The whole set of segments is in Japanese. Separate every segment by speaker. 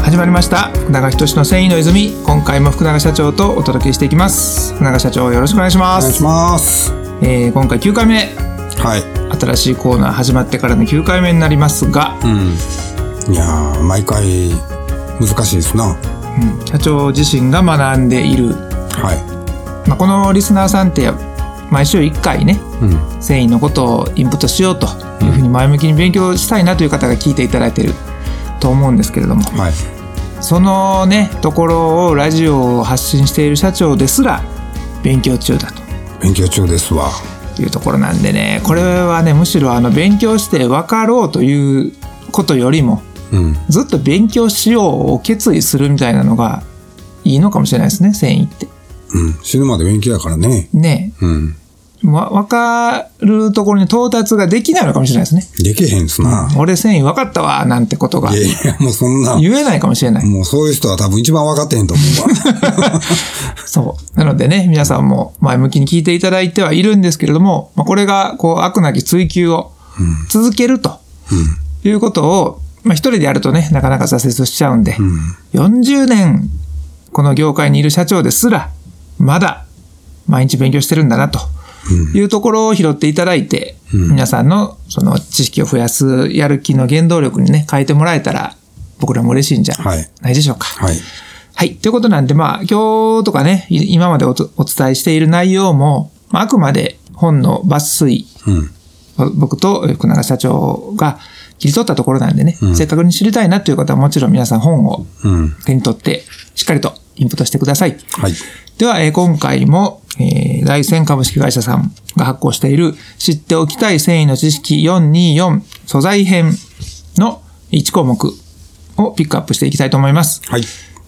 Speaker 1: 始まりました福永仁の繊維の泉今回も福永社長とお届けしていきます福永社長よろしくお願いしま
Speaker 2: お願い
Speaker 1: す
Speaker 2: します。
Speaker 1: えー今回9回目
Speaker 2: はい。
Speaker 1: 新しいコーナー始まってからの9回目になりますが、
Speaker 2: うん。いやー、毎回難しいですな。は
Speaker 1: うん社長自身が学んでいる、
Speaker 2: い。
Speaker 1: まあ、このリスナーさんって毎週1回ね
Speaker 2: うん。
Speaker 1: 繊維のことをインプットしようというふうに前向きに勉強したいなという方が聞いていただいてると思うんですけれども
Speaker 2: はい。
Speaker 1: そのねところをラジオを発信している社長ですら勉強中だと
Speaker 2: 勉強中ですわ。
Speaker 1: いうところなんでねこれはねむしろあの勉強して分かろうということよりも
Speaker 2: うん。
Speaker 1: ずっと勉強しようを決意するみたいなのがいいのかもしれないですね繊維って。
Speaker 2: うん。死ぬまで勉強やからね。
Speaker 1: ね
Speaker 2: うん。
Speaker 1: え、わ分かるところに到達ができないのかもしれないですね。
Speaker 2: できへんっすな。
Speaker 1: 俺繊維分かったわなんてことが
Speaker 2: いやいや、もうそんな、
Speaker 1: 言えないかもしれない。
Speaker 2: もうそういう人は多分一番分かってへんと思う わ。
Speaker 1: そう。なのでね、皆さんも前向きに聞いていただいてはいるんですけれども、まあ、これが、こう、悪なき追求を続けるということを、まあ、一人でやるとね、なかなか挫折しちゃうんで、40年、この業界にいる社長ですら、まだ、毎日勉強してるんだな、というところを拾っていただいて、皆さんの、その、知識を増やす、やる気の原動力にね、変えてもらえたら、僕らも嬉しいんじゃ
Speaker 2: はい
Speaker 1: ないでしょうか。
Speaker 2: はい。
Speaker 1: はい。ということなんで、まあ、今日とかね、い今までおとお伝えしている内容も、まあ、あくまで本の抜粋、
Speaker 2: うん。
Speaker 1: ぼ僕とえー福永社長が切り取ったところなんでね、せっかくに知りたいなという方はもちろん皆さん本を
Speaker 2: うん。
Speaker 1: 手に取って、しっかりとインプットしてください。
Speaker 2: はい。
Speaker 1: では、えー今回も、えー、大仙株式会社さんが発行している知っておきたい繊維の知識424素材編の1項目をピックアップしていきたいと思います。
Speaker 2: はい。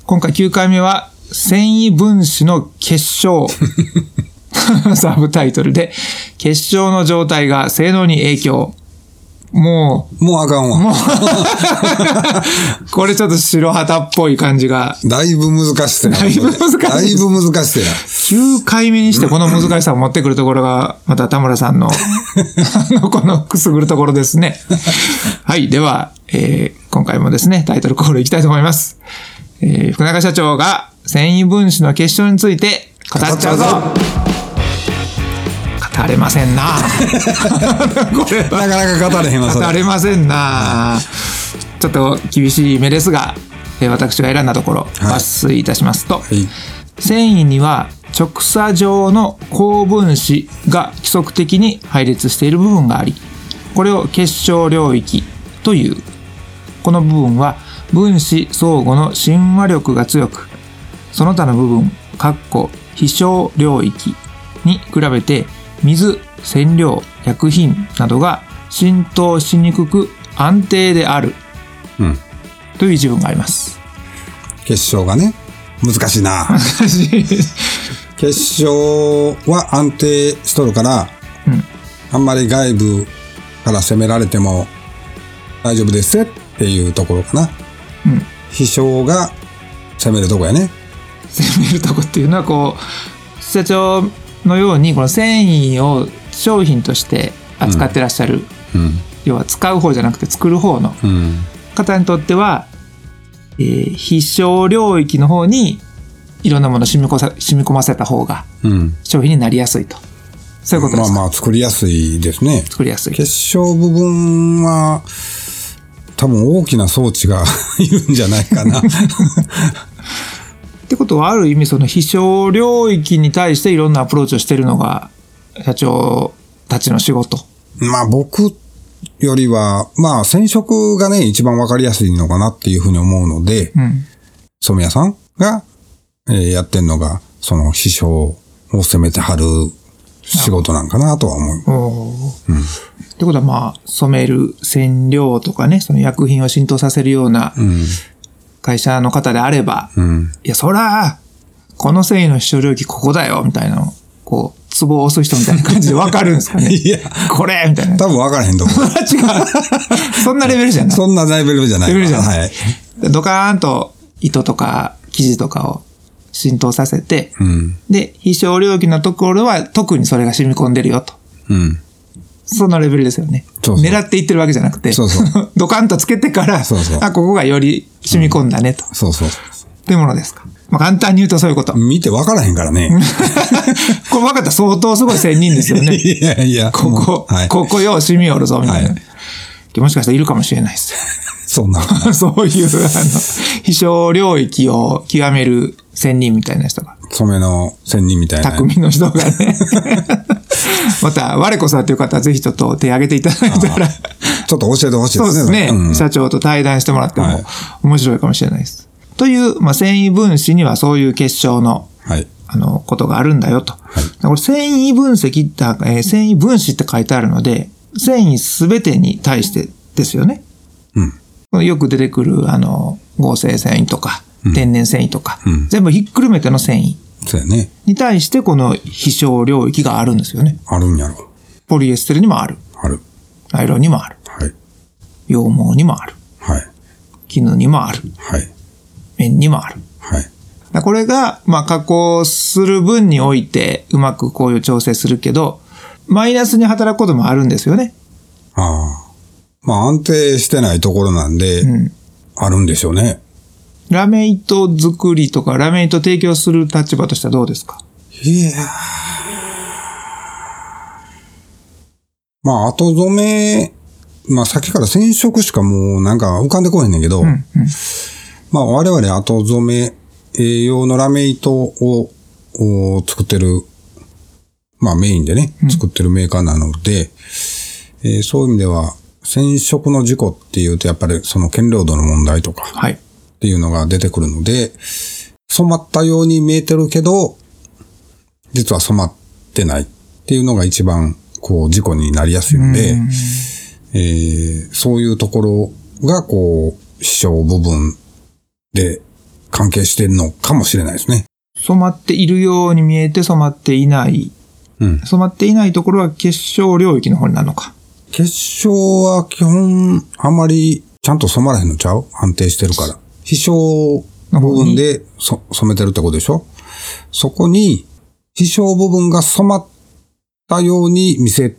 Speaker 1: 今回9回目は、繊維分子の結晶。 サブタイトルで、結晶の状態が性能に影響。も
Speaker 2: もうあかんわ。
Speaker 1: う、これちょっと白旗っぽい感じが、
Speaker 2: だいぶ難しさや。
Speaker 1: だいぶ難しい
Speaker 2: だいぶ難しさや。
Speaker 1: 9回目にしてこの難しさを持ってくるところが、また田村さん の、あの、このくすぐるところですね。はい。では、えー今回もですね、タイトルコールいきたいと思います。えー福永社長が繊維分子の結晶について語っちゃうぞ
Speaker 2: 語
Speaker 1: 語れませ んなこれは
Speaker 2: なかなか語れへんわ、それ
Speaker 1: 語。れませんなちょっと厳しい目ですが、えー私が選んだところ、抜粋いたしますと、
Speaker 2: はい。
Speaker 1: 繊維には直鎖状の高分子が規則的に配列している部分がありこれを結晶領域というこの部分は分子相互の親和力が強くその他の部分括弧飛翔領域に比べて水染料薬品などが浸透しにくく安定である
Speaker 2: うん。
Speaker 1: という一文があります。
Speaker 2: 決勝がね、難しいな。決勝は安定しとるから、
Speaker 1: うん
Speaker 2: あんまり外部から攻められても大丈夫ですよっていうところかな。
Speaker 1: うん
Speaker 2: 飛翔が攻めるとこやね。
Speaker 1: 攻めるとこっていうのはこう社長のようにこの繊維を商品として扱ってらっしゃる、
Speaker 2: うん。
Speaker 1: 要は使う方じゃなくて作る方の
Speaker 2: うん。
Speaker 1: 方にとっては、えー、必勝領域の方にいろんなものを染みこさ染み込ませた方が
Speaker 2: うん。
Speaker 1: 商品になりやすいとそういうことで
Speaker 2: ますあ
Speaker 1: か、
Speaker 2: まあ作りやすいですね。
Speaker 1: 作りやすい
Speaker 2: 決勝部分は多分大きな装置がいるんじゃないか な。
Speaker 1: ってことはある意味その飛翔領域に対していろんなアプローチをしてるのが社長たちの仕事
Speaker 2: まあ僕よりは、まあ染色がね、一番わかりやすいのかなっていうふうに思うので、
Speaker 1: うん
Speaker 2: 染谷さんが、えーやってんのが、その師匠を攻めてはる仕事なんかなとは思う。
Speaker 1: おーってことはまあ染める染料とかねその薬品を浸透させるような
Speaker 2: うん。
Speaker 1: 会社の方であれば、
Speaker 2: うん。
Speaker 1: いやそらこの繊維の主張領域ここだよみたいなこうツボを押す人みたいな感じでわかるんですかね
Speaker 2: いや、
Speaker 1: これみたいな
Speaker 2: 多分分からへんと思 う。
Speaker 1: 違うそんなレベルじゃない
Speaker 2: そんなレベルじゃない。
Speaker 1: レベルじゃない
Speaker 2: はい。
Speaker 1: ドカーンと糸とか生地とかを浸透させて、
Speaker 2: うん。
Speaker 1: で飛翔領域のところは特にそれが染み込んでるよと
Speaker 2: うん。
Speaker 1: そのレベルですよね。
Speaker 2: そうそう
Speaker 1: 狙っていってるわけじゃなくて、
Speaker 2: そうそ
Speaker 1: ドカンとつけてから、
Speaker 2: そうそう
Speaker 1: あ、ここがより染み込んだね、と。
Speaker 2: そうそう。
Speaker 1: っていうものですか。まあ、簡単に言うとそういう こと。こ
Speaker 2: 見て分からへんから
Speaker 1: れ
Speaker 2: ね。
Speaker 1: 分かったら相当すごい仙人ですよね。
Speaker 2: いやいや。
Speaker 1: ここ、
Speaker 2: はい。
Speaker 1: ここよ、染みおるぞ、みたいな。
Speaker 2: はい
Speaker 1: もしかしたらいるかもしれないです。
Speaker 2: そんな。
Speaker 1: そういう、あの、飛翔領域を極める仙人みたいな人が。
Speaker 2: 染めの仙人みたいな。
Speaker 1: 匠の人が ね。 また、我こそはという方は、ぜひちょっと手挙げていただいたら、
Speaker 2: ちょっと教えてほしい
Speaker 1: そう
Speaker 2: で
Speaker 1: です
Speaker 2: ね。
Speaker 1: すね、
Speaker 2: うん
Speaker 1: 社長と対談してもらって
Speaker 2: はい
Speaker 1: も面白いかもしれないです。という、まあ、繊維分子にはそういう結晶の、
Speaker 2: はい。
Speaker 1: あの、ことがあるんだよと。これ、繊維分析って、えー繊維分子って書いてあるので、繊維すべてに対してですよね。
Speaker 2: うん。
Speaker 1: このよく出てくる、あの、合成繊維とか、天然繊維とか、
Speaker 2: うん
Speaker 1: 全部ひっくるめての繊維
Speaker 2: そうやね。
Speaker 1: に対して、この飛翔領域があるんですよね。
Speaker 2: あるんやろ。
Speaker 1: ポリエステルにもある。
Speaker 2: ある。
Speaker 1: ナイロンにもある。
Speaker 2: はい。
Speaker 1: 羊毛にもある。
Speaker 2: はい。
Speaker 1: 絹にもある。
Speaker 2: はい。
Speaker 1: 綿にもある。
Speaker 2: はい。
Speaker 1: だこれが、まあ、加工する分において、うまくこういう調整するけど、マイナスに働くこともあるんですよね。
Speaker 2: ああ。まあ安定してないところなんで、
Speaker 1: うん。
Speaker 2: あるんでしょうね。
Speaker 1: ラメイト作りとか、ラメイト提供する立場としてはどうですか
Speaker 2: いやーまあ後染め、まあさっきから染色しかもうなんか浮かんでこへんねんけど、
Speaker 1: うん。うん。
Speaker 2: まあ我々後染め用のラメ糸をを作ってる、まあメインでね、作ってるメーカーなので、えーそういう意味では染色の事故っていうとやっぱりその権領度の問題とか
Speaker 1: はい。
Speaker 2: っていうのが出てくるので、染まったように見えてるけど、実は染まってないっていうのが一番こう事故になりやすいので、えーそういうところが、こう、支障部分で関係してるのかもしれないですね。
Speaker 1: 染まっているように見えて染まっていない。
Speaker 2: うん。
Speaker 1: 染まっていないところは結晶領域の方になるのか。
Speaker 2: 結晶は基本、あまりちゃんと染まらへんのちゃう安定してるから。飛翔部分でそ染めてるってことでしょそこに、飛翔部分が染まったように見せ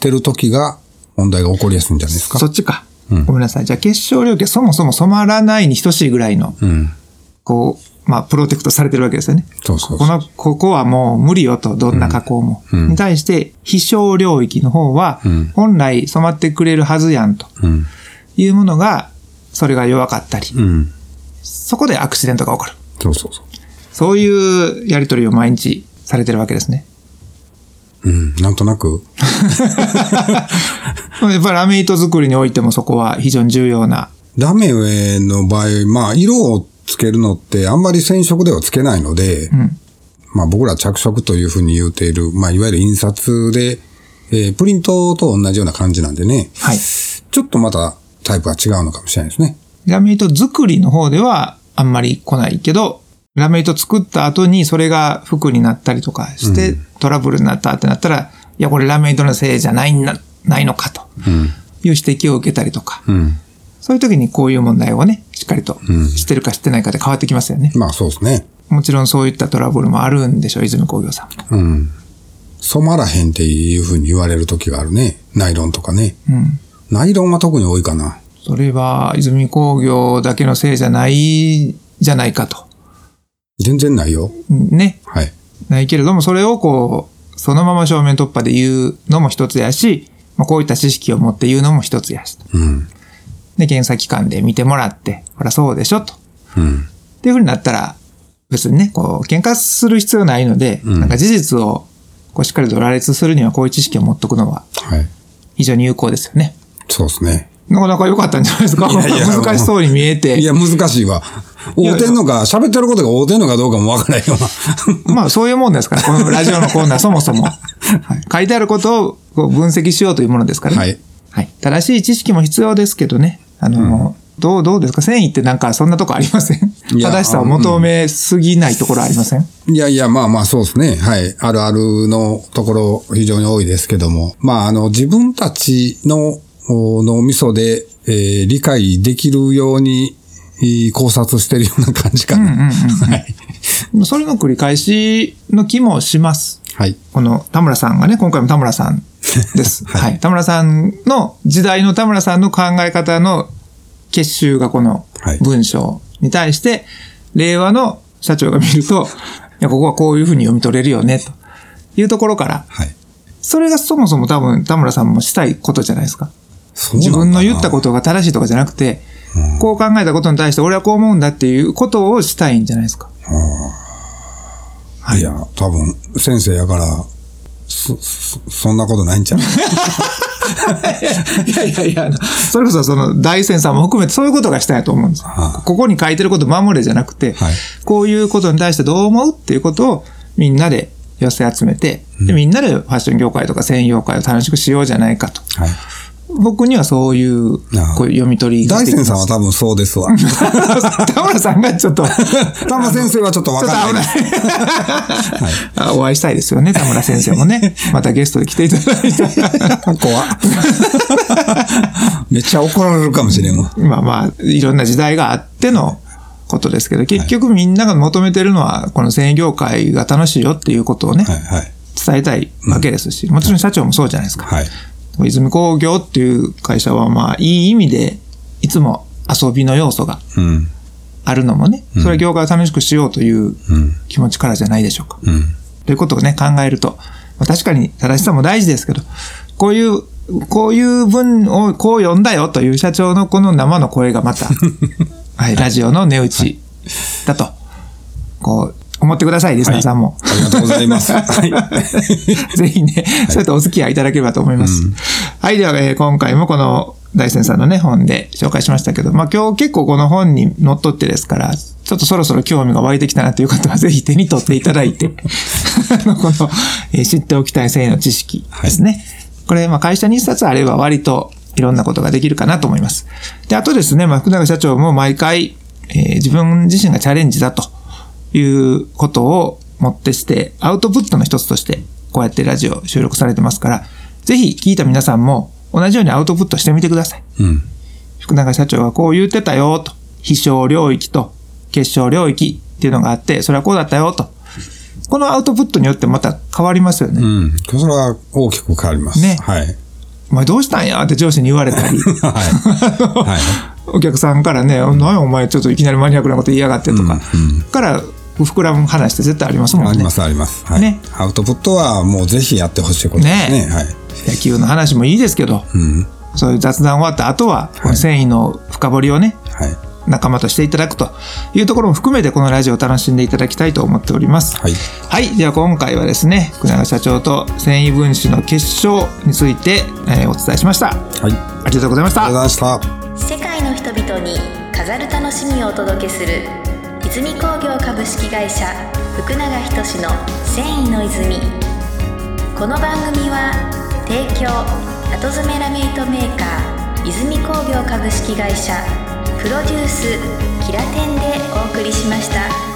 Speaker 2: てる時が問題が起こりやすいんじゃないですか
Speaker 1: そ。っちか。
Speaker 2: うん
Speaker 1: ごめんなさい。じゃあ結晶領域はそもそも染まらないに等しいぐらいの、
Speaker 2: うん。
Speaker 1: こう、まあ、プロテクトされてるわけですよね。
Speaker 2: そうそう
Speaker 1: こ
Speaker 2: そう。
Speaker 1: の、ここはもう無理よと、どんな加工も。
Speaker 2: うんうん
Speaker 1: に対して、飛翔領域の方は
Speaker 2: うん、
Speaker 1: 本来染まってくれるはずやんと
Speaker 2: うん。
Speaker 1: いうものが、それが弱かったり、
Speaker 2: うん。
Speaker 1: そこでアクシデントが起こる。
Speaker 2: そうそうそう。
Speaker 1: そういうやりとりを毎日されてるわけですね。
Speaker 2: うん。なんとなく、
Speaker 1: やっぱりラメ糸作りにおいてもそこは非常に重要な。
Speaker 2: ラメウェイの場合、まあ、色をつけるのってあんまり染色ではつけないので、
Speaker 1: ん
Speaker 2: まあ僕ら着色というふうに言うている、まあいわゆる印刷で、えープリントと同じような感じなんでね、
Speaker 1: はい。
Speaker 2: ちょっとまたタイプが違うのかもしれないですね。
Speaker 1: ラメ糸作りの方ではあんまり来ないけど、ラメ糸作った後にそれが服になったりとかして、トラブルになったってなったら、いや、これラメ糸のせいじゃないんな、ないのかと。
Speaker 2: うん。
Speaker 1: いう指摘を受けたりとか、
Speaker 2: うん。
Speaker 1: そういう時にこういう問題をね、しっかりと
Speaker 2: うん
Speaker 1: してるかしてないかで変わってきますよね。
Speaker 2: まあそうですね。
Speaker 1: もちろんそういったトラブルもあるんでしょう、泉工業さんも。
Speaker 2: うん。染まらへんっていうふうに言われる時があるね。ナイロンとかね。
Speaker 1: うん。
Speaker 2: ナイロンは特に多いかな。
Speaker 1: それは、泉工業だけのせいじゃないじゃないかと。
Speaker 2: 全然ないよ。
Speaker 1: ね。
Speaker 2: はい。
Speaker 1: ないけれども、それをこう、そのまま正面突破で言うのも一つやし、まあ、こういった知識を持って言うのも一つやし。
Speaker 2: うん。
Speaker 1: で、検査機関で見てもらって、ほら、そうでしょ、と。
Speaker 2: うん。
Speaker 1: っていうふうになったら、別にね、こう、喧嘩する必要ないので、
Speaker 2: うん
Speaker 1: なんか事実を、こう、しっかりと羅列するには、こういう知識を持っとくのは、
Speaker 2: はい。
Speaker 1: 非常に有効ですよね。
Speaker 2: そうですね。
Speaker 1: なかなか良かったんじゃないですか。
Speaker 2: いやい や
Speaker 1: 難しそうに見え
Speaker 2: い
Speaker 1: て。
Speaker 2: や、難しいわ。
Speaker 1: や
Speaker 2: 合うてんのか、喋ってることが合うてんのかどうかもわからへんわ。
Speaker 1: まあ、そういうもんですから、このラジオのコーナー、そもそも。はい書いてあることをこう分析しようというものですからね。
Speaker 2: はい。
Speaker 1: はい。正しい知識も必要ですけどね。あの、どう、どうですか繊維ってなんかそんなとこありません
Speaker 2: いや
Speaker 1: 正しさを求めすぎないところありません、
Speaker 2: いやいや、まあまあそうですね。はい。あるあるのところ非常に多いですけども。まああの、自分たちのお脳みそで、えー理解できるようにいい考察してるような感じかな。
Speaker 1: うんうん
Speaker 2: はい。
Speaker 1: それの繰り返しの気もします。
Speaker 2: はい。
Speaker 1: この田村さんがね、今回も田村さんです。はい。田村さんの、時代の田村さんの考え方の結集がこの
Speaker 2: はい
Speaker 1: 文章に対して、令和の社長が見ると、いや、ここはこういうふうに読み取れるよね、というところから、
Speaker 2: はい。
Speaker 1: それがそもそも多分田村さんもしたいことじゃないですか。
Speaker 2: そうな
Speaker 1: 自
Speaker 2: んだな
Speaker 1: 分の言ったことが正しいとかじゃなくて、こう考えたことに対して俺はこう思うんだっていうことをしたいんじゃないですか。
Speaker 2: いや、多分、先生やから、そ、そそんなことないんちゃう
Speaker 1: いやいやいや、あのそれこそその大仙さんも含めてそういうことがしたいと思うんですよ
Speaker 2: はあ。
Speaker 1: ここに書いてること守れじゃなくて、
Speaker 2: はい
Speaker 1: こういうことに対してどう思うっていうことをみんなで寄せ集めて、でみんなでファッション業界とか専業界を楽しくしようじゃないかと。
Speaker 2: はい。
Speaker 1: 僕にはそういう
Speaker 2: ああ
Speaker 1: こういう読み取りが
Speaker 2: 大
Speaker 1: できま
Speaker 2: 仙
Speaker 1: す
Speaker 2: さんは多分そうで すわ。
Speaker 1: 田村さんがちょっと、ちょ
Speaker 2: 田村先生はちょっとわ
Speaker 1: っと
Speaker 2: か
Speaker 1: 危
Speaker 2: ん
Speaker 1: な
Speaker 2: ないい。
Speaker 1: あお会いしたいですよね、田村先生も ね。またゲストで来ていただいて。
Speaker 2: 怖っ めっちゃ怒られるかもしれんわ。
Speaker 1: まあまあ、いろんな時代があってのことですけど、結局みんなが求めてるのは、この繊維業界が楽しいよっていうことをね、
Speaker 2: はい、はい。
Speaker 1: 伝えたいわけですし、もちろん社長もそうじゃないですか。
Speaker 2: はい。
Speaker 1: 泉工業っていう会社は、まあ、いい意味で、いつも遊びの要素が
Speaker 2: うん。
Speaker 1: あるのもね、それは業界を楽しくしようという気持ちからじゃないでしょうか。
Speaker 2: うん。
Speaker 1: ということをね、考えると、まあ確かに正しさも大事ですけど、こういう、こういう文をこう読んだよという社長のこの生の声がまた、はい、ラジオの値打ちだと、こう、思ってください、リスナーさんも。
Speaker 2: ありがとうござい ます。はい。
Speaker 1: ぜひね、そうやってお付き合いいただければと思います。はい、では、えー今回もこの大仙さんのね、本で紹介しましたけど、まあ今日結構この本にのっとってですから、ちょっとそろそろ興味が湧いてきたなという方は、ぜ ひ手に取っていただいて、 あのこの、えー知っておきたい繊維の知識ですね。これ、まあ会社に一冊あれば割といろんなことができるかなと思います。で、あとですね、まあ福永社長も毎回、えー自分自身がチャレンジだということをもってして、アウトプットの一つとして、こうやってラジオ収録されてますから、ぜひ聞いた皆さんも同じようにアウトプットしてみてください。
Speaker 2: うん。
Speaker 1: 福永社長がこう言ってたよと、飛翔領域と結晶領域っていうのがあって、それはこうだったよと。このアウトプットによってまた変わりますよね。
Speaker 2: うん。それは大きく変わります。
Speaker 1: ね
Speaker 2: はい。
Speaker 1: お前どうしたんやって上司に言われたり、
Speaker 2: はい。はい。
Speaker 1: お客さんからね、何やお前ちょっといきなりマニアックなこと言いやがってとか、から膨らむ話って絶対ありますもんね。
Speaker 2: あります、あります。はい。
Speaker 1: ね
Speaker 2: アウトプットはもうぜひやってほしいことですね。
Speaker 1: ね
Speaker 2: はい。
Speaker 1: 野球の話もいいですけど、
Speaker 2: うん。
Speaker 1: そういう雑談終わった後は、この繊維の深掘りをね、
Speaker 2: はい。
Speaker 1: 仲間としていただくというところも含めて、このラジオを楽しんでいただきたいと思っております。
Speaker 2: はい。
Speaker 1: はい。では今回はですね、福永社長と繊維分子の結晶について、えーお伝えしました。
Speaker 2: はい。ありが
Speaker 1: ありがとうございました
Speaker 2: とうご。ざいました。
Speaker 3: 世界の人々に飾る楽しみをお届けする泉工業株式会社福永仁の「繊維の泉」この番組は提供後詰めラメイトメーカー泉工業株式会社プロデュースキラテンでお送りしました。